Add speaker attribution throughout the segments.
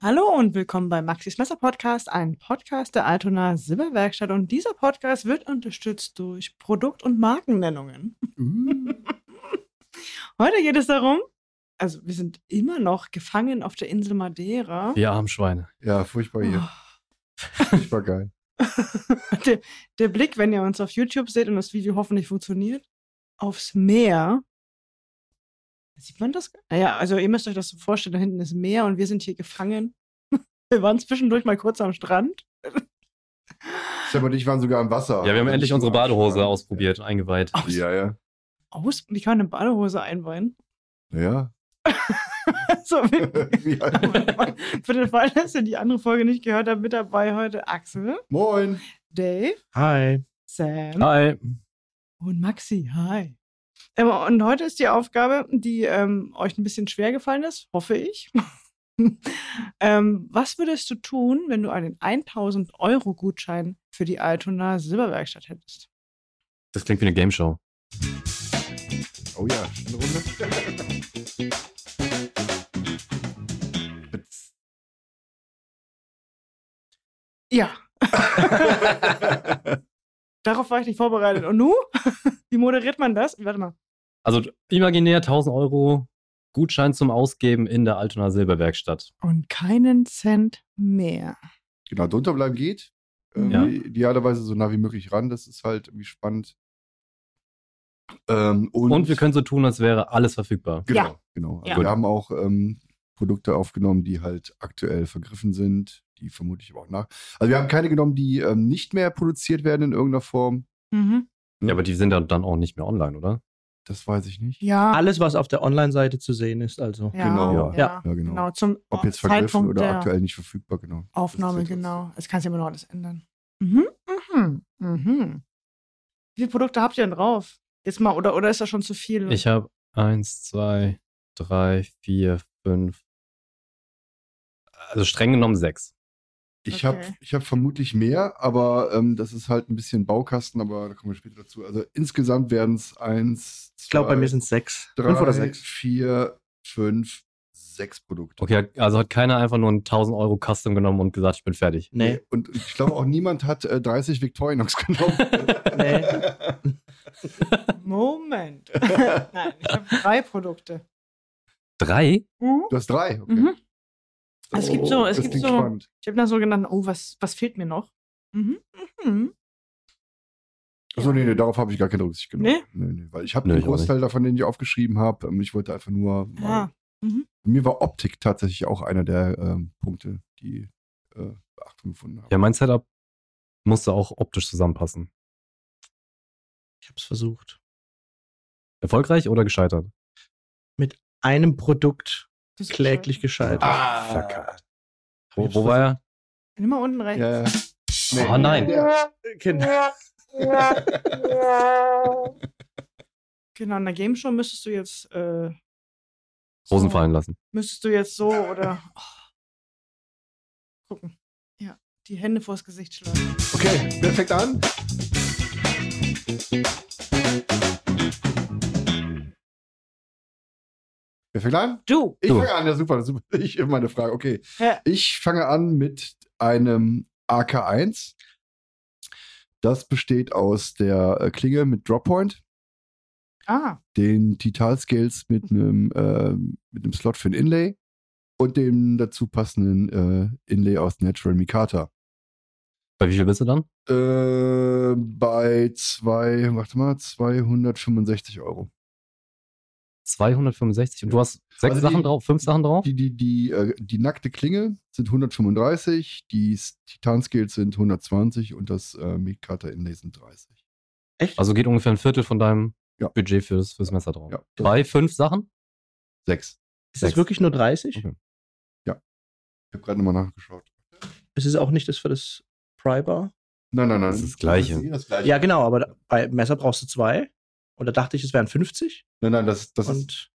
Speaker 1: Hallo und willkommen bei Maxis Messer Podcast, einem Podcast der Altona Silberwerkstatt. Und dieser Podcast wird unterstützt durch Produkt- und Markennennungen. Heute geht es darum, also wir sind immer noch gefangen auf der Insel Madeira. Oh,
Speaker 2: Ihr armen Schweine.
Speaker 3: Ja, furchtbar hier. Furchtbar geil.
Speaker 1: der, der Blick, wenn ihr uns auf YouTube seht und das Video hoffentlich funktioniert, aufs Meer. Sieht man das? Naja, also ihr müsst euch das so vorstellen, da hinten ist Meer und wir sind hier gefangen. Wir waren zwischendurch mal kurz am Strand.
Speaker 3: Sam und ich waren sogar im Wasser.
Speaker 2: Ja, wir haben endlich unsere Badehose ausprobiert und eingeweiht.
Speaker 1: Aus,
Speaker 3: Ja, ja.
Speaker 1: aus, wie kann man eine Badehose einweihen?
Speaker 3: Ja.
Speaker 1: so, wir,
Speaker 3: ja.
Speaker 1: für den Fall, dass ihr die andere Folge nicht gehört habt, mit dabei heute Axel,
Speaker 3: Moin.
Speaker 1: Dave,
Speaker 2: Hi.
Speaker 1: Sam
Speaker 2: Hi.
Speaker 1: und Maxi. Hi. Ähm, Und heute ist die Aufgabe, die ähm, euch ein bisschen schwer gefallen ist, hoffe ich. ähm, was würdest du tun, wenn du einen 1000-Euro-Gutschein für die Altona Silberwerkstatt hättest?
Speaker 2: Das klingt wie eine Game Show.
Speaker 3: Oh ja, eine Runde.
Speaker 1: Ja, darauf war ich nicht vorbereitet. Und nu? Wie moderiert man das? Warte mal.
Speaker 2: Also imaginär 1000 Euro Gutschein zum Ausgeben in der Altona Silberwerkstatt.
Speaker 1: Und keinen Cent mehr.
Speaker 3: genau, drunter bleiben geht. Ähm,
Speaker 2: Ja.
Speaker 3: Idealerweise so nah wie möglich ran. Das ist halt irgendwie spannend. Ähm, und,
Speaker 2: Und, wir können so tun, als wäre alles verfügbar.
Speaker 3: Genau,
Speaker 1: Ja.
Speaker 3: genau. Also
Speaker 1: Ja.
Speaker 3: Wir haben auch ähm, Produkte aufgenommen, die halt aktuell vergriffen sind, die vermutlich aber auch nach. Also wir haben keine genommen, die ähm, nicht mehr produziert werden in irgendeiner Form.
Speaker 1: Mhm.
Speaker 2: Ja, aber die sind dann dann auch nicht mehr online, oder?
Speaker 3: Das weiß ich nicht.
Speaker 1: Ja.
Speaker 4: Alles, was auf der Online-Seite zu sehen ist, also.
Speaker 1: Ah. Ja,
Speaker 3: Genau.
Speaker 1: Ja,
Speaker 3: Ja, genau.
Speaker 1: genau. Zum
Speaker 3: Ob jetzt vergriffen
Speaker 1: Zeitpunkt
Speaker 3: oder
Speaker 1: der
Speaker 3: aktuell nicht verfügbar, genau.
Speaker 1: Aufnahme,
Speaker 3: Das ist
Speaker 1: genau. Es kann sich immer noch alles ändern. Mhm, mhm, mhm. Wie viele Produkte habt ihr denn drauf? Jetzt mal, oder, oder ist das schon zu viel?
Speaker 2: Ich habe eins, zwei, drei, vier, fünf. Also streng genommen sechs.
Speaker 3: Ich
Speaker 1: Okay.
Speaker 3: habe ich hab vermutlich mehr, aber ähm, das ist halt ein bisschen Baukasten, aber da kommen wir später dazu. Also insgesamt werden es eins,
Speaker 4: Ich glaube, bei
Speaker 3: zwei,
Speaker 4: mir sind es sechs.
Speaker 3: drei,
Speaker 4: Fünf oder sechs.
Speaker 3: vier, fünf, sechs Produkte.
Speaker 2: Okay, also hat keiner einfach nur einen 1000 Euro Custom genommen und gesagt, ich bin fertig.
Speaker 4: Nee.
Speaker 3: Äh, Und ich glaube auch niemand hat äh, 30 Victorinox genommen.
Speaker 4: Nee.
Speaker 1: Moment. Nein, ich habe drei Produkte.
Speaker 2: Drei?
Speaker 1: Mhm.
Speaker 3: Du hast drei, okay.
Speaker 1: Mhm. Also es gibt so- es
Speaker 3: Oh, das
Speaker 1: gibt
Speaker 3: klingt
Speaker 1: so-
Speaker 3: Spannend.
Speaker 1: Ich habe dann so genannt, oh, was, was fehlt mir noch? Mhm, mhm.
Speaker 3: Achso, nee, nee, darauf habe ich gar keine Rücksicht genommen. Nee? Nee, weil ich habe
Speaker 2: Nee,
Speaker 3: den
Speaker 2: ich auch
Speaker 3: Großteil davon, den ich aufgeschrieben habe. Ähm, Ich wollte einfach nur mal
Speaker 1: Ah, mhm.
Speaker 3: Bei Mir war Optik tatsächlich auch einer der ähm, Punkte, die äh, Beachtung gefunden haben.
Speaker 2: Ja, mein Setup musste auch optisch zusammenpassen.
Speaker 4: Ich habe es versucht.
Speaker 2: Erfolgreich oder gescheitert?
Speaker 4: Einem Produkt
Speaker 1: das ist
Speaker 4: kläglich
Speaker 1: schön.
Speaker 4: gescheitert.
Speaker 3: Ah.
Speaker 4: Verkackt.
Speaker 2: Wo, wo war er?
Speaker 1: Immer unten rechts.
Speaker 3: Ja, ja.
Speaker 2: Oh nein.
Speaker 3: Ja.
Speaker 4: Genau.
Speaker 1: Genau, in der Game Show müsstest du jetzt. Äh,
Speaker 2: Rosen
Speaker 1: so-
Speaker 2: fallen lassen.
Speaker 1: Müsstest du jetzt so oder. Oh. Gucken. Ja, die Hände vors Gesicht schlagen.
Speaker 3: Okay, perfekt an. Wer fängt an?
Speaker 1: Du!
Speaker 3: Ich
Speaker 2: Du.
Speaker 3: fange an, ja super, super. Ich immer eine Frage. Okay.
Speaker 1: Ja.
Speaker 3: Ich fange an mit einem AK1. Das besteht aus der äh, Klinge mit Drop Point.
Speaker 1: Ah,
Speaker 3: den Tital Scales mit einem ähm, mit einem Slot für ein Inlay und dem dazu passenden äh, Inlay aus Natural Mikata.
Speaker 2: Bei wie viel bist du dann?
Speaker 3: Äh, bei zwei, warte mal, 265 Euro.
Speaker 2: 265. Und du hast sechs
Speaker 3: Also die-
Speaker 2: Sachen drauf, fünf Sachen drauf?
Speaker 3: Die die die äh, die nackte Klinge sind 135, die S- Titan Scales sind 120 und das äh, Mikata Inlay sind 30.
Speaker 4: Echt?
Speaker 2: also geht ungefähr ein Viertel von deinem
Speaker 3: Ja.
Speaker 2: Budget fürs, fürs Messer drauf.
Speaker 3: Ja, das-
Speaker 2: Bei fünf Sachen?
Speaker 3: sechs.
Speaker 4: ist das
Speaker 2: sechs.
Speaker 4: wirklich nur 30?
Speaker 2: Okay.
Speaker 3: Ich habe gerade nochmal nachgeschaut.
Speaker 4: Es ist auch nicht das für das Prybar.
Speaker 3: Nein, nein, nein.
Speaker 2: Das ist das Gleiche.
Speaker 3: eh das Gleiche.
Speaker 4: Ja, genau, aber da- bei Messer brauchst du zwei. Und da dachte ich, es wären 50.
Speaker 3: Nein, nein, das, das ist.
Speaker 4: Und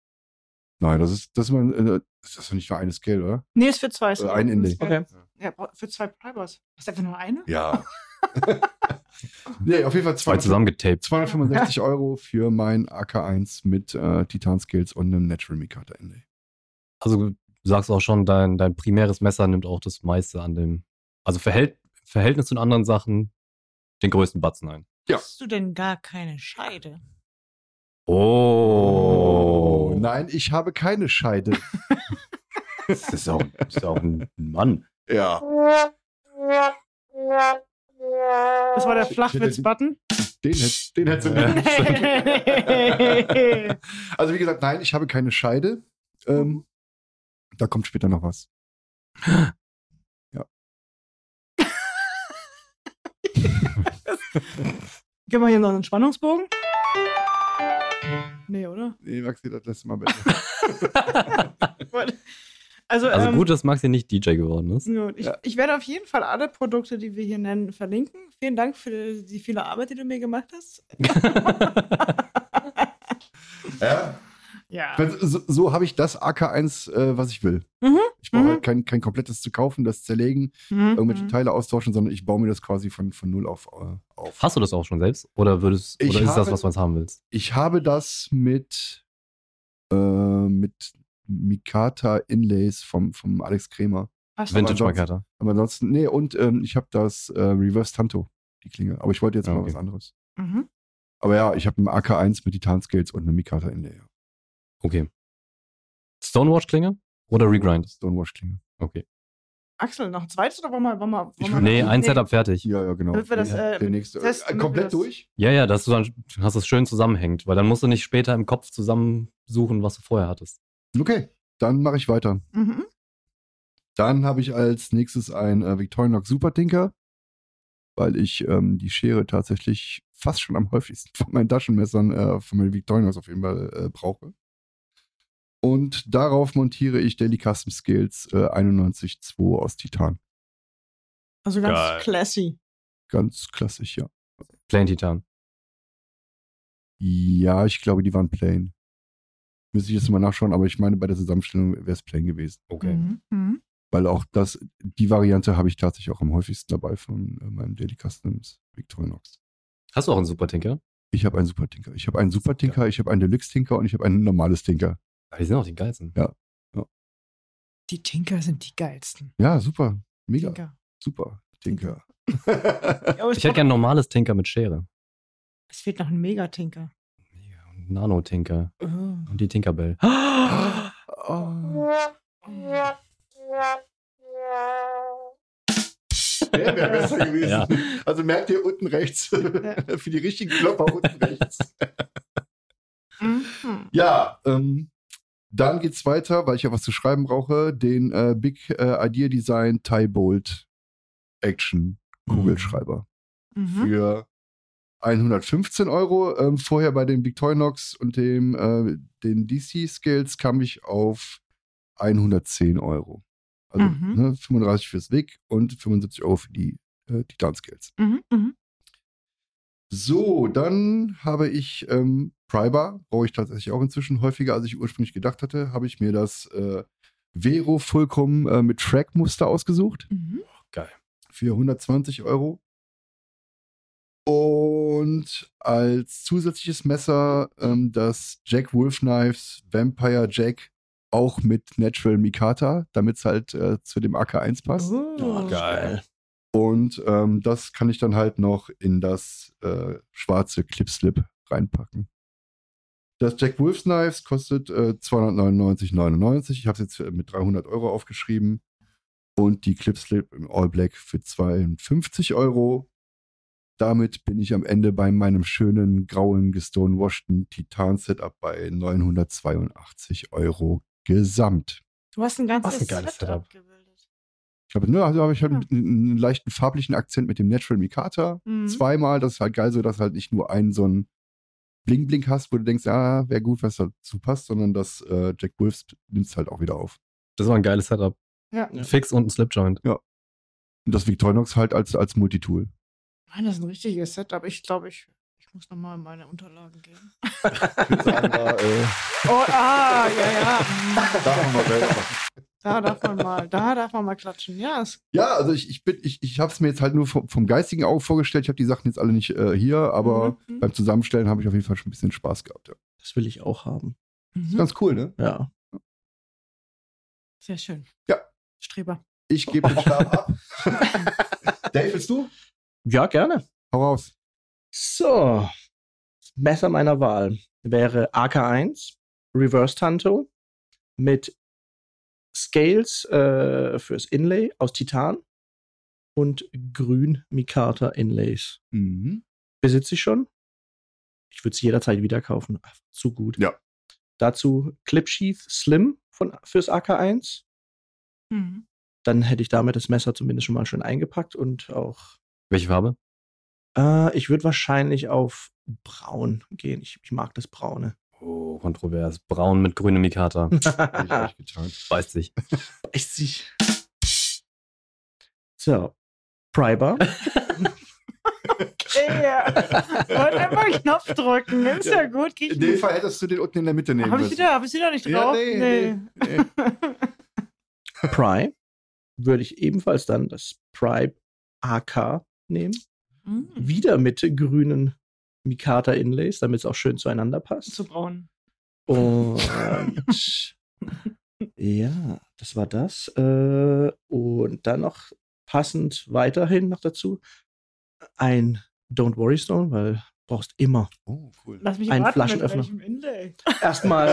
Speaker 3: Nein, das ist, das ist, mein, äh, das ist doch nicht nur eine Scale, oder?
Speaker 1: nee, ist für zwei.
Speaker 3: Äh, ein Inlay.
Speaker 4: okay.
Speaker 1: Ja, bra- für zwei Prybars. Hast du einfach nur eine?
Speaker 3: Ja. nee, auf jeden Fall
Speaker 2: Zwei
Speaker 3: 200
Speaker 2: zusammengetaped.
Speaker 3: 265 Euro für mein AK1 mit äh, Titan Skills und einem Natural Mikata Inlay.
Speaker 2: Also Du sagst auch schon, dein, dein primäres Messer nimmt auch das meiste an dem, also verhält, Verhältnis zu den anderen Sachen den größten Batzen ein.
Speaker 3: Ja.
Speaker 1: Hast du denn gar keine Scheide?
Speaker 2: Oh,
Speaker 3: Nein, ich habe keine Scheide.
Speaker 2: das ist auch, das ist auch ein Mann.
Speaker 3: ja.
Speaker 1: Das war der Flachwitz-Button.
Speaker 3: Den, hätt- den hättest du nicht. also wie gesagt, nein, ich habe keine Scheide. Ähm, da kommt später noch was.
Speaker 1: Gib mal hier noch einen Spannungsbogen. Nee, oder?
Speaker 3: Nee, Maxi, das lässt du mal besser.
Speaker 1: Also,
Speaker 2: Also
Speaker 1: ähm,
Speaker 2: gut, dass Maxi nicht DJ geworden ist.
Speaker 1: gut, Ich,
Speaker 3: Ja.
Speaker 1: ich werde auf jeden Fall alle Produkte, die wir hier nennen, verlinken. Vielen Dank für die viele Arbeit, die du mir gemacht hast.
Speaker 3: ja.
Speaker 1: Ja.
Speaker 3: Weil So, so habe ich das AK1, äh, was ich will.
Speaker 1: Mhm,
Speaker 3: Ich brauche
Speaker 1: mhm.
Speaker 3: halt kein, kein komplettes zu kaufen, das zerlegen,
Speaker 1: Mhm.
Speaker 3: irgendwelche Teile austauschen, sondern ich baue mir das quasi von, von null auf, äh, auf.
Speaker 2: Hast du das auch schon selbst? Oder würdest
Speaker 3: Ich
Speaker 2: oder ist das,
Speaker 3: habe-
Speaker 2: was du jetzt haben willst?
Speaker 3: Ich habe das mit, äh, mit Mikata Inlays vom, vom Alex Kremer.
Speaker 1: Hast du-
Speaker 3: Wenn-
Speaker 2: Vintage
Speaker 3: ansonsten-
Speaker 2: Makata.
Speaker 3: Aber ansonsten, nee, und ähm, ich habe das äh, Reverse Tanto, die Klinge. Aber ich wollte jetzt
Speaker 2: Ah,
Speaker 3: mal
Speaker 2: okay.
Speaker 3: was anderes.
Speaker 1: Mhm.
Speaker 3: Aber ja, ich habe einen AK1 mit Titan-Scales und eine Mikata Inlay.
Speaker 2: Okay. Stonewatch-Klinge oder Regrind?
Speaker 3: Stonewash-Klinge.
Speaker 2: Okay.
Speaker 1: Axel, noch ein zweites oder wollen wir, wollen wir, wollen
Speaker 3: Ich
Speaker 1: wir
Speaker 3: will-
Speaker 2: Nee, ein Setup fertig.
Speaker 3: Ja, ja, genau.
Speaker 1: Damit wir das,
Speaker 3: der,
Speaker 1: äh,
Speaker 3: der nächste.
Speaker 1: testen,
Speaker 3: Äh,
Speaker 1: damit wir das-
Speaker 3: komplett durch?
Speaker 2: Ja, ja, dass du dann hast es schön zusammenhängt, weil dann musst du nicht später im Kopf zusammensuchen, was du vorher hattest.
Speaker 3: Okay, dann mache ich weiter.
Speaker 1: Mhm.
Speaker 3: Dann habe ich als nächstes ein äh, Victorinox Super Tinker, weil ich ähm, die Schere tatsächlich fast schon am häufigsten von meinen Taschenmessern äh, von meinen Victorinox auf jeden Fall äh, brauche. Und darauf montiere ich Daily Custom Skills äh, 91.2 aus Titan.
Speaker 1: Also ganz
Speaker 2: Geil.
Speaker 1: classy.
Speaker 3: Ganz klassisch, ja.
Speaker 2: Plain Titan.
Speaker 3: Ja, ich glaube, die waren plain. Müsste ich jetzt mal nachschauen, aber ich meine, bei der Zusammenstellung wäre es plain gewesen.
Speaker 2: Okay.
Speaker 1: Mhm. Mhm.
Speaker 3: Weil auch das, die Variante habe ich tatsächlich auch am häufigsten dabei von äh, meinem Daily Customs Victorinox.
Speaker 2: Hast du auch einen Super Tinker?
Speaker 3: Ich habe einen Super Tinker. Ich habe einen Super Tinker, ich habe einen Deluxe Tinker und ich habe ein normales Tinker.
Speaker 2: Aber Die sind auch die geilsten.
Speaker 1: Die Tinker sind die geilsten.
Speaker 3: Ja, super. Mega.
Speaker 1: Tinker.
Speaker 3: Super Tinker.
Speaker 1: Ja, aber es,
Speaker 2: Ich hätte
Speaker 1: braucht-
Speaker 2: gern ein normales Tinker mit Schere.
Speaker 1: es fehlt noch ein Mega-Tinker. Oh.
Speaker 2: Nano-Tinker. Und die Tinkerbell.
Speaker 3: oh.
Speaker 1: Mhm.
Speaker 3: Der wäre besser gewesen.
Speaker 2: Ja.
Speaker 3: Also merkt ihr unten rechts. Für die richtigen Klopper unten rechts.
Speaker 1: Mhm.
Speaker 3: Ja, ähm, dann geht's weiter, weil ich ja was zu schreiben brauche. Den äh, Big äh, Idea Design Tie Bolt Action Kugelschreiber.
Speaker 1: Mhm.
Speaker 3: für 115 Euro. Ähm, vorher bei dem Victorinox und dem äh, den DC Skills kam ich auf 110 Euro. Also
Speaker 1: Mhm.
Speaker 3: ne, 35 fürs WIG und 75 Euro für die äh, Titan Skills.
Speaker 1: Mhm. Mhm.
Speaker 3: So, dann habe ich ähm, Pribar, brauche ich tatsächlich auch inzwischen häufiger, als ich ursprünglich gedacht hatte, habe ich mir das äh, Vero Fulcrum äh, mit Track-Muster ausgesucht
Speaker 1: Mhm.
Speaker 3: für 120 Euro. Und als zusätzliches Messer ähm, das Jack Wolf Knives Vampire Jack auch mit Natural Mikata, damit es halt äh, zu dem AK1 passt.
Speaker 1: Oh.
Speaker 2: Geil.
Speaker 3: Und ähm, das kann ich dann halt noch in das äh, schwarze Clipslip reinpacken. Das Jack Wolf's Knives kostet äh, 299,99. Ich habe es jetzt äh, mit 300 Euro aufgeschrieben. Und die Clipslip im All Black für 52 Euro. Damit bin ich am Ende bei meinem schönen, grauen, gestonewashed Titan-Setup bei 982 Euro gesamt.
Speaker 1: Du hast ein ganzes
Speaker 2: Was ein geiles Setup.
Speaker 1: gebildet.
Speaker 3: Ich glaube, ne, also habe ich halt
Speaker 1: Ja.
Speaker 3: einen, einen leichten farblichen Akzent mit dem Natural Mikata
Speaker 1: Mhm.
Speaker 3: zweimal. Das ist halt geil, so dass halt nicht nur einen so einen Bling-Bling hast, wo du denkst, ah, wäre gut, was dazu passt, sondern das äh, Jack Wolfs nimmt es halt auch wieder auf.
Speaker 2: Das war ein geiles Setup.
Speaker 1: Ja.
Speaker 4: Ja.
Speaker 2: Fix und ein Slipjoint.
Speaker 3: Und das Victorinox halt als, als Multitool.
Speaker 1: Mann, das ist ein richtiges Setup. Ich glaube, ich, ich muss nochmal in meine Unterlagen gehen.
Speaker 3: Aber, äh,
Speaker 1: Oh, ah, ja, ja.
Speaker 3: darf man mal selber machen.
Speaker 1: Da darf man mal, da darf man mal klatschen. Ja, es,
Speaker 3: ja, also ich, ich, bin- ich, ich habe es mir jetzt halt nur vom, vom geistigen Auge vorgestellt. Ich habe die Sachen jetzt alle nicht äh, hier, aber
Speaker 1: Mhm.
Speaker 3: beim Zusammenstellen habe ich auf jeden Fall schon ein bisschen Spaß gehabt. Ja.
Speaker 1: Mhm.
Speaker 4: Das will ich auch haben.
Speaker 3: Ist ganz cool, ne?
Speaker 4: Ja.
Speaker 1: Sehr schön.
Speaker 3: Ja.
Speaker 1: Streber.
Speaker 3: Ich gebe den Stab ab. Dave, willst du?
Speaker 4: Ja, gerne.
Speaker 3: Hau raus.
Speaker 4: So. Das Messer meiner Wahl wäre AK1, Reverse Tanto, mit Scales äh, fürs Inlay aus Titan und grün Mikata Inlays.
Speaker 3: Mhm.
Speaker 4: Besitze ich schon. Ich würde sie jederzeit wieder kaufen. Ach, Zu gut.
Speaker 3: Ja.
Speaker 4: Dazu Clipsheath Slim von, fürs AK1.
Speaker 1: Mhm.
Speaker 4: Dann hätte ich damit das Messer zumindest schon mal schön eingepackt und auch
Speaker 2: Welche Farbe?
Speaker 4: Äh, ich würde wahrscheinlich auf braun gehen. Ich, ich mag das braune.
Speaker 2: Oh, kontrovers. Braun mit grünem Mikata.
Speaker 3: Hab ich euch getan.
Speaker 2: Beißt sich.
Speaker 4: Echt sich. So. Priber.
Speaker 1: Ja. Wollte einfach einen Knopf drücken. Ist ja, gut. Krieg ich
Speaker 3: In dem
Speaker 1: mit.
Speaker 3: Fall hättest du den unten in der Mitte nehmen
Speaker 1: Hab ich
Speaker 3: müssen.
Speaker 1: sie da? Hab ich sie da nicht
Speaker 3: Ja,
Speaker 1: drauf?
Speaker 3: nee,
Speaker 1: nee.
Speaker 3: nee. nee.
Speaker 4: Pry. Würde ich ebenfalls dann das Pry AK nehmen.
Speaker 1: Mhm.
Speaker 4: Wieder mit grünen Mikata-Inlays, damit es auch schön zueinander passt.
Speaker 1: Zu braun.
Speaker 4: Und ja, das war das. Äh, Und dann noch passend weiterhin noch dazu ein Don't Worry Stone, weil brauchst immer
Speaker 3: Oh, cool.
Speaker 1: Lass mich
Speaker 4: Ein
Speaker 1: raten,
Speaker 4: Flaschenöffner.
Speaker 1: Mit welchem Inlay.
Speaker 4: erstmal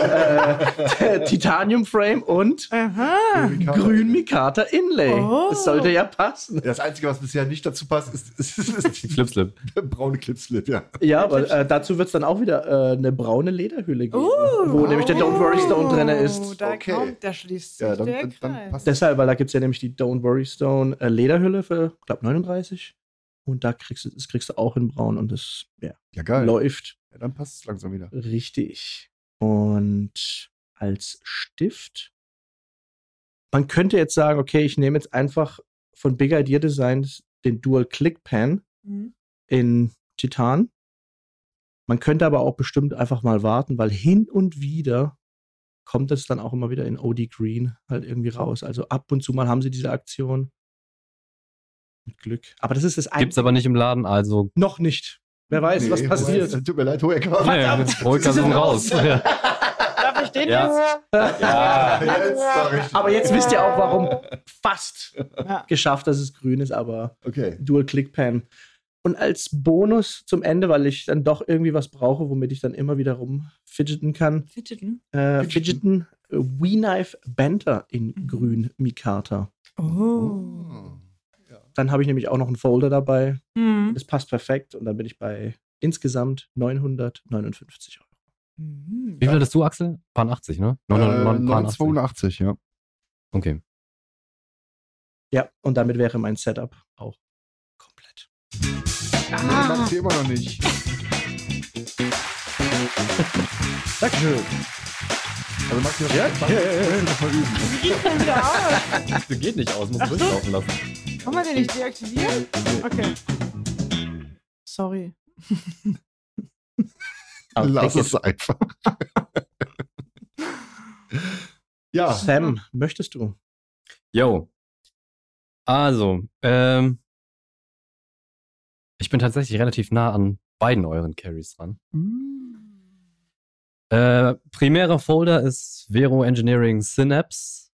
Speaker 4: äh, Titanium Frame und
Speaker 1: Aha.
Speaker 3: Mikata.
Speaker 4: grün Mikata Inlay.
Speaker 1: Oh.
Speaker 4: Das sollte ja passen.
Speaker 3: Das Einzige, was bisher nicht dazu passt, ist, ist, ist, ist
Speaker 2: Flip, slip.
Speaker 3: der braune Clipslip, ja.
Speaker 4: Ja, aber äh, dazu wird es dann auch wieder äh, eine braune Lederhülle geben,
Speaker 1: Oh.
Speaker 4: wo nämlich der Don't Worry Stone drin
Speaker 1: Oh,
Speaker 4: ist.
Speaker 1: Da
Speaker 3: Okay.
Speaker 1: kommt, da schließt sich
Speaker 3: Ja, dann,
Speaker 1: der
Speaker 3: dann,
Speaker 1: Kreis.
Speaker 3: dann passt
Speaker 4: Deshalb, weil da gibt es ja nämlich die Don't Worry Stone äh, Lederhülle für, glaube 39. Und da kriegst du, das kriegst du auch in braun und das ja,
Speaker 3: Ja, geil.
Speaker 4: läuft
Speaker 3: Ja, dann passt es langsam wieder.
Speaker 4: richtig. Und als Stift, man könnte jetzt sagen, okay, ich nehme jetzt einfach von Big Idea Designs den Dual Click Pen
Speaker 1: Mhm.
Speaker 4: in Titan. Man könnte aber auch bestimmt einfach mal warten, weil hin und wieder kommt es dann auch immer wieder in OD Green halt irgendwie raus. Also ab und zu mal haben sie diese Aktion. Mit Glück. Aber das ist das
Speaker 2: Gibt's aber nicht im Laden, also.
Speaker 4: Noch nicht. Wer weiß, was
Speaker 3: Nee,
Speaker 4: passiert.
Speaker 3: Tut mir leid, hoher
Speaker 2: Ja, Rolker sind raus. Ja.
Speaker 1: Darf ich den
Speaker 2: Ja.
Speaker 1: jetzt?
Speaker 3: Ja, Ah. jetzt war richtig.
Speaker 4: Aber jetzt wisst ihr auch, warum fast
Speaker 1: Ja.
Speaker 4: geschafft, dass es grün ist, aber
Speaker 3: Okay.
Speaker 4: Dual Click Pen. Und als Bonus zum Ende, weil ich dann doch irgendwie was brauche, womit ich dann immer wieder rumfidgeten kann,
Speaker 1: Fidgeten.
Speaker 4: äh,
Speaker 3: Fidgeten.
Speaker 4: Fidgeten äh, Weenife Benter in
Speaker 1: Mhm.
Speaker 4: grün Mikata.
Speaker 3: Äh,
Speaker 1: Oh.
Speaker 4: Dann habe ich nämlich auch noch einen Folder dabei.
Speaker 1: Mhm.
Speaker 4: Das passt perfekt und dann bin ich bei insgesamt 959 Euro.
Speaker 1: Mhm.
Speaker 2: Wie viel hattest du, Axel? Pan 80, ne?
Speaker 3: Äh,
Speaker 2: 980.
Speaker 3: 982, ja.
Speaker 2: Okay.
Speaker 4: Ja, und damit wäre mein Setup auch komplett.
Speaker 3: Ah. Das hier immer noch nicht.
Speaker 4: Dankeschön.
Speaker 3: Also Max, du
Speaker 4: Ja,
Speaker 3: Max, du musst mal üben.
Speaker 1: Wie geht's denn wieder aus?
Speaker 2: Das geht nicht aus, muss
Speaker 1: Ach so. durchlaufen
Speaker 2: lassen.
Speaker 1: Kann man den nicht deaktivieren? Okay. Sorry.
Speaker 3: Lass es einfach. ja,
Speaker 4: Sam, möchtest du?
Speaker 2: Yo. Also, ähm. Ich bin tatsächlich relativ nah an beiden euren Carries dran.
Speaker 3: Mhm.
Speaker 2: Äh, primärer Folder ist Vero Engineering Synapse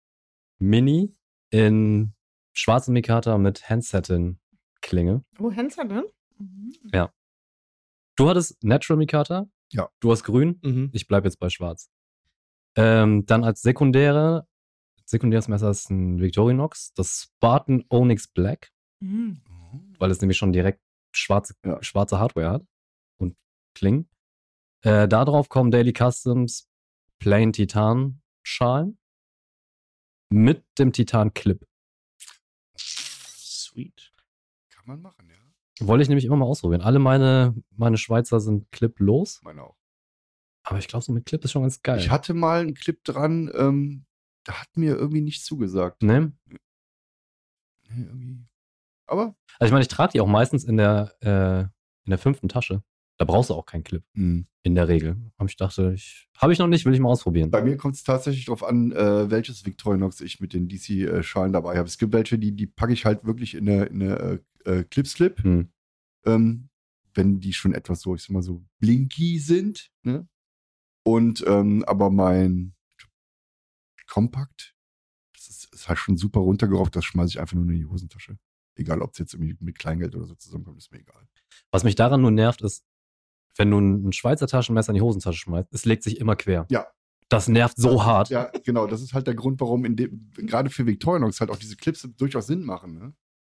Speaker 2: Mini in schwarzem Mikata mit Handsetin-Klinge.
Speaker 1: Wo Hansa denn? Mhm.
Speaker 2: Du hattest Natural Mikata.
Speaker 3: Ja.
Speaker 2: Du hast grün.
Speaker 4: Mhm.
Speaker 2: Ich bleibe jetzt bei schwarz. Ähm, dann als sekundäre, sekundäres Messer ist ein Victorinox, das Spartan Onyx Black,
Speaker 1: Mhm.
Speaker 2: weil es nämlich schon direkt schwarze,
Speaker 3: Ja.
Speaker 2: schwarze Hardware hat und Klingen. Äh, darauf kommen Daily Customs Plain Titan Schalen mit dem Titan Clip.
Speaker 4: Sweet.
Speaker 3: kann man machen, ja.
Speaker 2: Wollte ich nämlich immer mal ausprobieren. Alle meine, meine Schweizer sind Clip los,
Speaker 3: Meine auch.
Speaker 2: aber ich glaube, so mit Clip ist schon ganz geil.
Speaker 3: Ich hatte mal einen Clip dran, ähm, da hat mir irgendwie nicht zugesagt.
Speaker 2: ne?
Speaker 3: Nee, irgendwie. Aber
Speaker 2: Also ich meine, ich trage die auch meistens in der, äh, in der fünften Tasche. Da brauchst du auch keinen Clip, in der Regel. Aber ich dachte, ich, habe ich noch nicht, will ich mal ausprobieren.
Speaker 3: bei mir kommt es tatsächlich darauf an, äh, welches Victorinox ich mit den DC-Schalen dabei habe. Es gibt welche, die, die packe ich halt wirklich in eine, in eine äh, äh, Clip-Slip,
Speaker 2: Hm.
Speaker 3: ähm, wenn die schon etwas so, ich sag mal so, blinky sind. Ne? Und ähm, aber mein Compact, das ist ist halt schon super runtergerauft, das schmeiße ich einfach nur in die Hosentasche. Egal, ob es jetzt irgendwie mit Kleingeld oder so zusammenkommt, ist mir egal.
Speaker 2: Was mich daran nur nervt, ist, wenn du ein Schweizer Taschenmesser in die Hosentasche schmeißt, es legt sich immer quer.
Speaker 3: Ja.
Speaker 2: Das nervt so hart.
Speaker 3: Ja, genau, das ist halt der Grund, warum in dem, gerade für Victorinox halt auch diese Clips durchaus Sinn machen. Ne?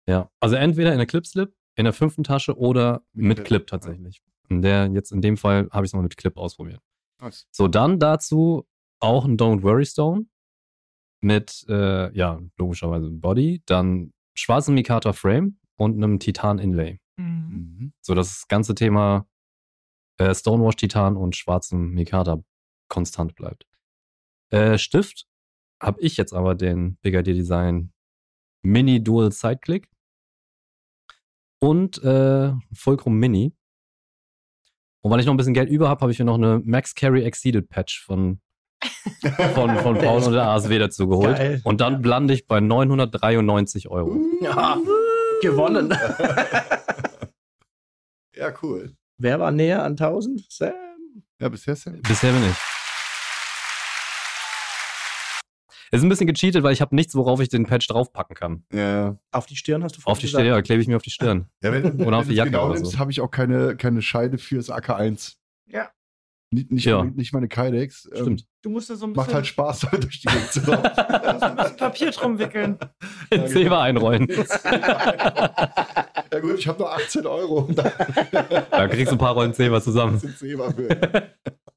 Speaker 2: Ja, also entweder in der Clip-Slip, in der fünften Tasche oder
Speaker 3: Mit
Speaker 2: mit,
Speaker 3: Clip,
Speaker 2: Clip tatsächlich. In der, jetzt in dem Fall habe ich es mal mit Clip ausprobiert.
Speaker 3: Nice.
Speaker 2: So, dann dazu auch ein Don't Worry Stone mit, äh, ja, logischerweise Body, dann schwarzen Mikata Frame und einem Titan Inlay.
Speaker 1: Mhm.
Speaker 3: Mhm.
Speaker 2: So, das ganze Thema äh, Stonewash Titan und schwarzem Mikata konstant bleibt. Äh, Stift habe ich jetzt aber den Brigadier Design Mini Dual Sideclick und äh, Fulcrum Mini. Und weil ich noch ein bisschen Geld über habe, habe ich mir noch eine Max Carry Exceeded Patch von,
Speaker 3: Mhm.
Speaker 2: von, von Paul und der ASW dazu geholt.
Speaker 4: Geil.
Speaker 2: Und dann blande ich bei 993 Euro.
Speaker 4: Ja, gewonnen.
Speaker 3: Ja, cool.
Speaker 4: Wer war näher an 1000? Sam?
Speaker 3: Ja, bisher Sam.
Speaker 2: Bisher bin ich. Es ist ein bisschen gecheatet, weil ich habe nichts, worauf ich den Patch draufpacken kann.
Speaker 3: Ja,
Speaker 4: Auf die Stirn hast du
Speaker 2: Auf die
Speaker 4: vorhin
Speaker 2: Stirn, ja,
Speaker 4: gesagt.
Speaker 2: klebe ich mir auf die Stirn.
Speaker 3: ja wenn,
Speaker 2: Oder auf
Speaker 3: wenn
Speaker 2: die
Speaker 3: du's
Speaker 2: Jacke
Speaker 3: genau
Speaker 2: oder
Speaker 3: nimmst,
Speaker 2: so.
Speaker 3: habe ich auch keine, keine Scheide fürs AK1.
Speaker 1: Ja.
Speaker 3: Nicht, nicht,
Speaker 2: Ja.
Speaker 3: nicht meine Kydex. ähm,
Speaker 2: Stimmt.
Speaker 1: Du musst da so ein bisschen,
Speaker 3: Macht halt Spaß, da durch die Gegend zu laufen.
Speaker 1: Papier drum wickeln.
Speaker 3: Ja,
Speaker 2: In Silber einrollen.
Speaker 3: ja gut, ich habe nur 18 Euro. um Da
Speaker 2: Da kriegst du ein paar Rollen Silber zusammen.
Speaker 3: sind Silber für.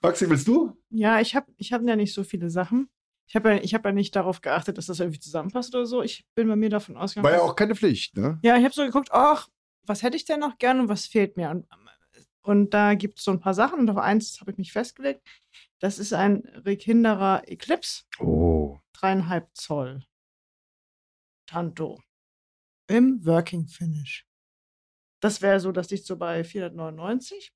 Speaker 3: Maxi, willst du?
Speaker 1: Ja, ich habe ich hab ja nicht so viele Sachen. Ich habe ja, ich hab ja nicht darauf geachtet, dass das irgendwie zusammenpasst oder so. Ich bin bei mir davon ausgegangen.
Speaker 3: War ja auch keine Pflicht, ne?
Speaker 1: Ja, ich habe so geguckt, ach, was hätte ich denn noch gern und was fehlt mir? Und, und da gibt es so ein paar Sachen und auf eins habe ich mich festgelegt. Das ist ein Rekinderer Eclipse,
Speaker 3: Oh.
Speaker 1: dreieinhalb Zoll. Tanto. Im Working Finish. Das wäre so, das liegt so bei 499.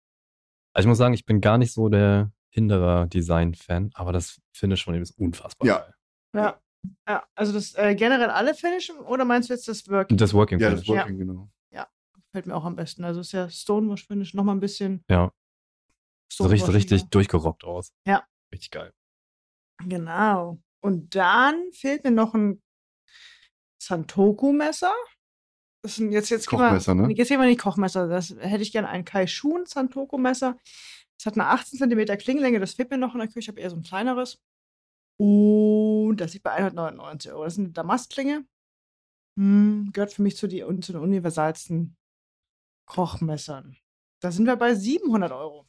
Speaker 2: Also ich muss sagen, ich bin gar nicht so der Hinderer-Design-Fan, aber das Finish von ihm ist unfassbar.
Speaker 3: Ja.
Speaker 2: geil.
Speaker 1: Ja. ja also das äh, generell alle Finishen oder meinst du jetzt das Working?
Speaker 2: Das Working
Speaker 3: Ja, das
Speaker 2: Finish.
Speaker 1: Ja.
Speaker 3: Working, genau.
Speaker 1: Fällt mir auch am besten. Also ist ja Stonewash Finish nochmal ein bisschen.
Speaker 2: Ja. so richtig,
Speaker 1: Stonewash
Speaker 2: richtig
Speaker 1: wieder.
Speaker 2: durchgerockt aus.
Speaker 1: Ja.
Speaker 2: Richtig geil.
Speaker 1: Genau. Und dann fehlt mir noch ein Santoku-Messer. Das sind jetzt, jetzt gehen wir-
Speaker 3: Kochmesser, ne?
Speaker 1: Jetzt gehen wir nicht Kochmesser. Das hätte ich gerne ein Kaishun Santoku-Messer. Das hat eine 18 cm Klingenlänge. Das fehlt mir noch in der Küche. Ich habe eher so ein kleineres. Und das liegt bei 199 Euro. Das ist eine Damastklinge. Hm, gehört für mich zu, die, zu den universalsten Kochmessern. Da sind wir bei 700 Euro.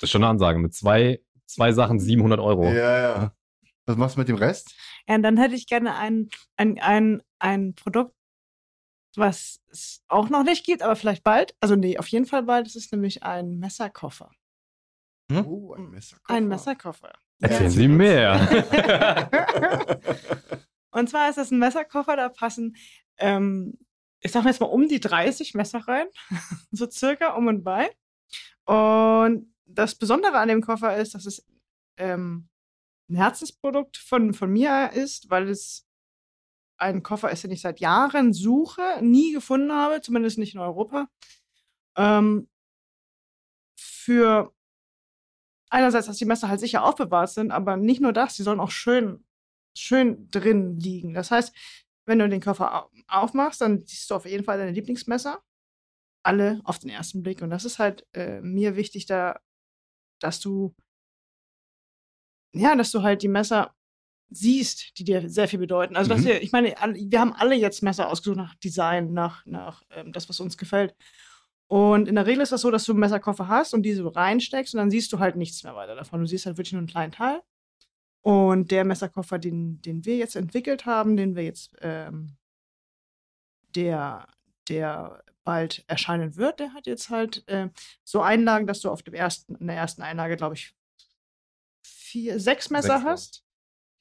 Speaker 2: Das ist schon eine Ansage. Mit zwei, zwei Sachen 700 Euro.
Speaker 3: Ja, ja. Oh. Was machst du mit dem Rest?
Speaker 1: Ja, und dann hätte ich gerne ein, ein, ein, ein Produkt, was es auch noch nicht gibt, aber vielleicht bald. Also nee, auf jeden Fall bald. Es ist nämlich ein Messerkoffer.
Speaker 4: Hm?
Speaker 3: Oh, ein Messerkoffer.
Speaker 1: Ein Messerkoffer.
Speaker 2: Erzählen Sie mehr.
Speaker 1: Und zwar ist das ein Messerkoffer, da passen, ähm, ich sag mal jetzt mal um die 30 Messer rein, so circa um und bei. Und das Besondere an dem Koffer ist, dass es ähm, ein Herzensprodukt von, von mir ist, weil es ein Koffer ist, den ich seit Jahren suche, nie gefunden habe, zumindest nicht in Europa. Ähm, für einerseits, dass die Messer halt sicher aufbewahrt sind, aber nicht nur das, sie sollen auch schön schön drin liegen. Das heißt, wenn du den Koffer au- aufmachst, dann siehst du auf jeden Fall deine Lieblingsmesser. Alle auf den ersten Blick. Und das ist halt äh, mir wichtig, da, dass du, ja, dass du halt die Messer siehst, die dir sehr viel bedeuten. Also, dass
Speaker 3: Mhm.
Speaker 1: wir, ich meine, alle- wir haben alle jetzt Messer ausgesucht nach Design, nach, nach ähm, das, was uns gefällt. Und in der Regel ist das so, dass du einen Messerkoffer hast und diese reinsteckst und dann siehst du halt nichts mehr weiter davon. Du siehst halt wirklich nur einen kleinen Teil. Und der Messerkoffer, den, den wir jetzt entwickelt haben, den wir jetzt, ähm, der, der bald erscheinen wird, der hat jetzt halt äh, so Einlagen, dass du auf dem ersten, in der ersten Einlage, glaube ich, vier, sechs Messer
Speaker 3: Sechs,
Speaker 1: hast,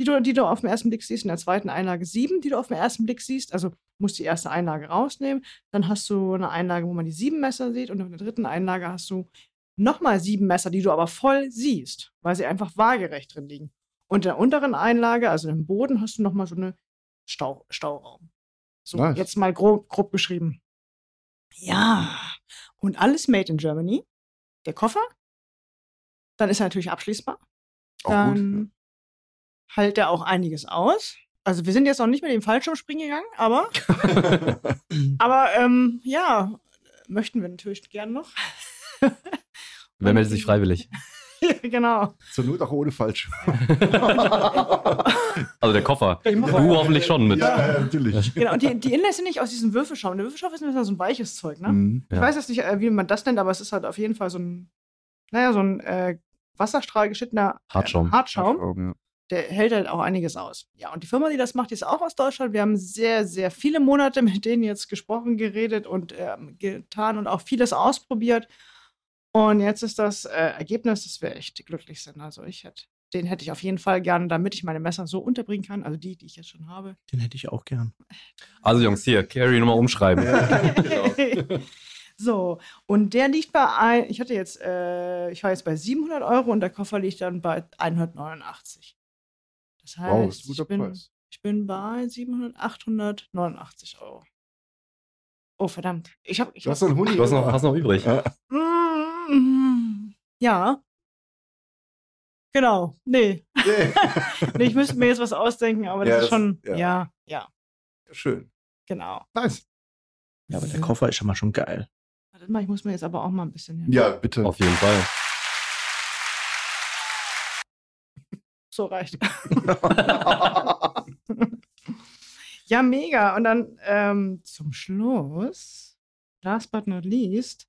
Speaker 1: die du, die du auf den ersten Blick siehst, in der zweiten Einlage sieben, die du auf den ersten Blick siehst. Also musst die erste Einlage rausnehmen. Dann hast du eine Einlage, wo man die sieben Messer sieht. Und in der dritten Einlage hast du nochmal sieben Messer, die du aber voll siehst, weil sie einfach waagerecht drin liegen. Und in der unteren Einlage, also im Boden, hast du nochmal so eine Stau Stauraum. So,
Speaker 3: Nice.
Speaker 1: jetzt mal grob, grob beschrieben. Ja, und alles made in Germany. Der Koffer, dann ist er natürlich abschließbar.
Speaker 3: Auch
Speaker 1: dann
Speaker 3: gut.
Speaker 1: halt da auch einiges aus. Also wir sind jetzt noch nicht mit dem Fallschirmspringen gegangen, aber, aber ähm, ja, möchten wir natürlich gern noch.
Speaker 2: Wer meldet sich freiwillig?
Speaker 1: genau.
Speaker 3: Zur Not auch ohne falsch.
Speaker 2: Also der Koffer.
Speaker 1: Ich mach
Speaker 2: Du hoffentlich schon mit.
Speaker 3: Ja, ja, natürlich.
Speaker 1: Genau, und die, die Inlays sind nicht aus diesem Würfelschaum. Der Würfelschaum ist immer so ein weiches Zeug, ne?
Speaker 3: Mhm.
Speaker 1: Ich
Speaker 2: Mm, Ja.
Speaker 1: weiß jetzt nicht, äh, wie man das nennt, aber es ist halt auf jeden Fall so ein, naja, so ein äh, Wasserstrahl geschnittener
Speaker 2: Hartschaum.
Speaker 1: Hartschaum.
Speaker 3: Augen, ja.
Speaker 1: Der hält halt auch einiges aus. Ja, und die Firma, die das macht, die ist auch aus Deutschland. Wir haben sehr, sehr viele Monate mit denen jetzt gesprochen, geredet und ähm, getan und auch vieles ausprobiert. Und jetzt ist das äh, Ergebnis, dass wir echt glücklich sind. Also ich hätte, den hätte ich auf jeden Fall gerne, damit ich meine Messer so unterbringen kann, also die, die ich jetzt schon habe.
Speaker 4: Den hätte ich auch gern.
Speaker 2: Also Jungs, hier, Carrie nochmal umschreiben.
Speaker 3: genau.
Speaker 1: so, und der liegt bei, ein, ich hatte jetzt, äh, ich war jetzt bei 700 Euro und der Koffer liegt dann bei 189. Das heißt,
Speaker 3: Wow, ist ein guter
Speaker 1: ich, bin,
Speaker 3: Preis.
Speaker 1: ich bin bei 700, 889 Euro. Oh, verdammt. Ich habe, ich
Speaker 3: Du hast so einen Huni.
Speaker 2: Du hast noch, hast noch übrig.
Speaker 3: Ja.
Speaker 1: Mm, Ja. Genau. Nee.
Speaker 3: Nee.
Speaker 1: nee, ich müsste mir jetzt was ausdenken, aber das
Speaker 3: Ja,
Speaker 1: ist
Speaker 3: das-
Speaker 1: schon,
Speaker 3: ja.
Speaker 1: ja, ja,
Speaker 3: Schön.
Speaker 1: genau.
Speaker 3: Nice.
Speaker 4: Ja, aber der Koffer ist schon mal schon geil.
Speaker 1: Warte mal, ich muss mir jetzt aber auch mal ein bisschen.
Speaker 3: Ja, bitte.
Speaker 2: Auf jeden Fall.
Speaker 1: So reicht. ja, mega. Und dann ähm, zum Schluss, last but not least,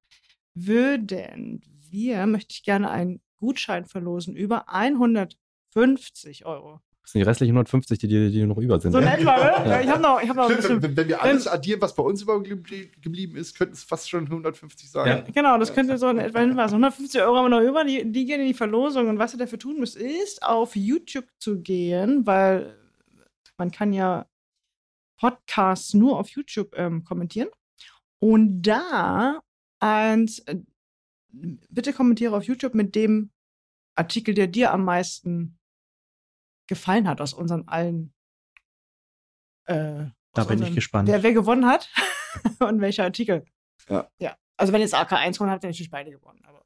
Speaker 1: würden wir, möchte ich gerne einen Gutschein verlosen über 150 Euro.
Speaker 2: Das sind die restlichen 150, die, die, die noch über sind.
Speaker 1: So in etwa, ne?
Speaker 2: Ja.
Speaker 1: Ich habe noch, ich hab noch ein
Speaker 3: Stimmt,
Speaker 1: bisschen.
Speaker 3: wenn, wenn wir alles addieren, was bei uns übergeblie- geblieben ist, könnten es fast schon 150 sein.
Speaker 1: Genau, das könnte so in etwa hinweisen. 150 Euro haben wir noch über, die, die gehen in die Verlosung. Und was ihr dafür tun müsst, ist, auf YouTube zu gehen, weil man kann ja Podcasts nur auf YouTube ähm, kommentieren. Und da eins, äh, bitte kommentiere auf YouTube mit dem Artikel, der dir am meisten gefallen hat aus unseren allen. Äh,
Speaker 4: Da
Speaker 1: aus
Speaker 4: bin ich
Speaker 1: unseren-
Speaker 4: gespannt.
Speaker 1: Wer, wer gewonnen hat und welcher Artikel.
Speaker 3: Ja.
Speaker 1: Also wenn jetzt AK1 gewonnen habt, dann natürlich beide gewonnen. Aber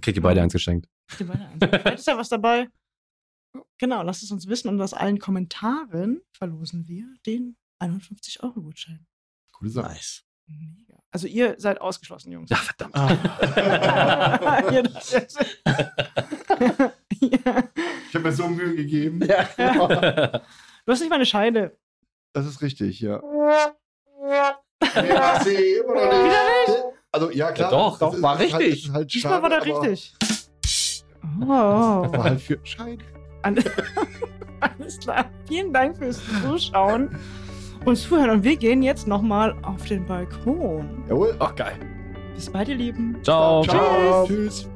Speaker 2: Kriegt ihr beide eins geschenkt.
Speaker 1: die beide eins. Vielleicht ist ja was dabei. Genau, lasst es uns wissen und aus allen Kommentaren verlosen wir den 51-Euro-Gutschein.
Speaker 3: Coole Sache.
Speaker 4: Nice. Ah.
Speaker 1: Mega. Also ihr seid ausgeschlossen, Jungs.
Speaker 2: Ja, verdammt.
Speaker 1: Ihr- ja.
Speaker 3: Ich habe mir so Mühe gegeben.
Speaker 1: Du hast nicht meine Scheide.
Speaker 3: Das ist richtig, ja. Nee, war sie immer noch nicht. Also, ja, klar.
Speaker 2: Ja, doch,
Speaker 3: das
Speaker 2: doch,
Speaker 3: ist
Speaker 4: war
Speaker 3: halt-
Speaker 4: richtig.
Speaker 3: das ist Halt
Speaker 1: Diesmal
Speaker 3: schade,
Speaker 1: war der
Speaker 3: aber
Speaker 1: richtig. Oh.
Speaker 3: War halt für Schein.
Speaker 1: Alles klar. Vielen Dank fürs Zuschauen und Zuhören. Und wir gehen jetzt nochmal auf den Balkon.
Speaker 3: Jawohl.
Speaker 2: Ach, geil.
Speaker 1: Bis bald, ihr Lieben.
Speaker 2: Ciao.
Speaker 3: Ciao. Tschüss.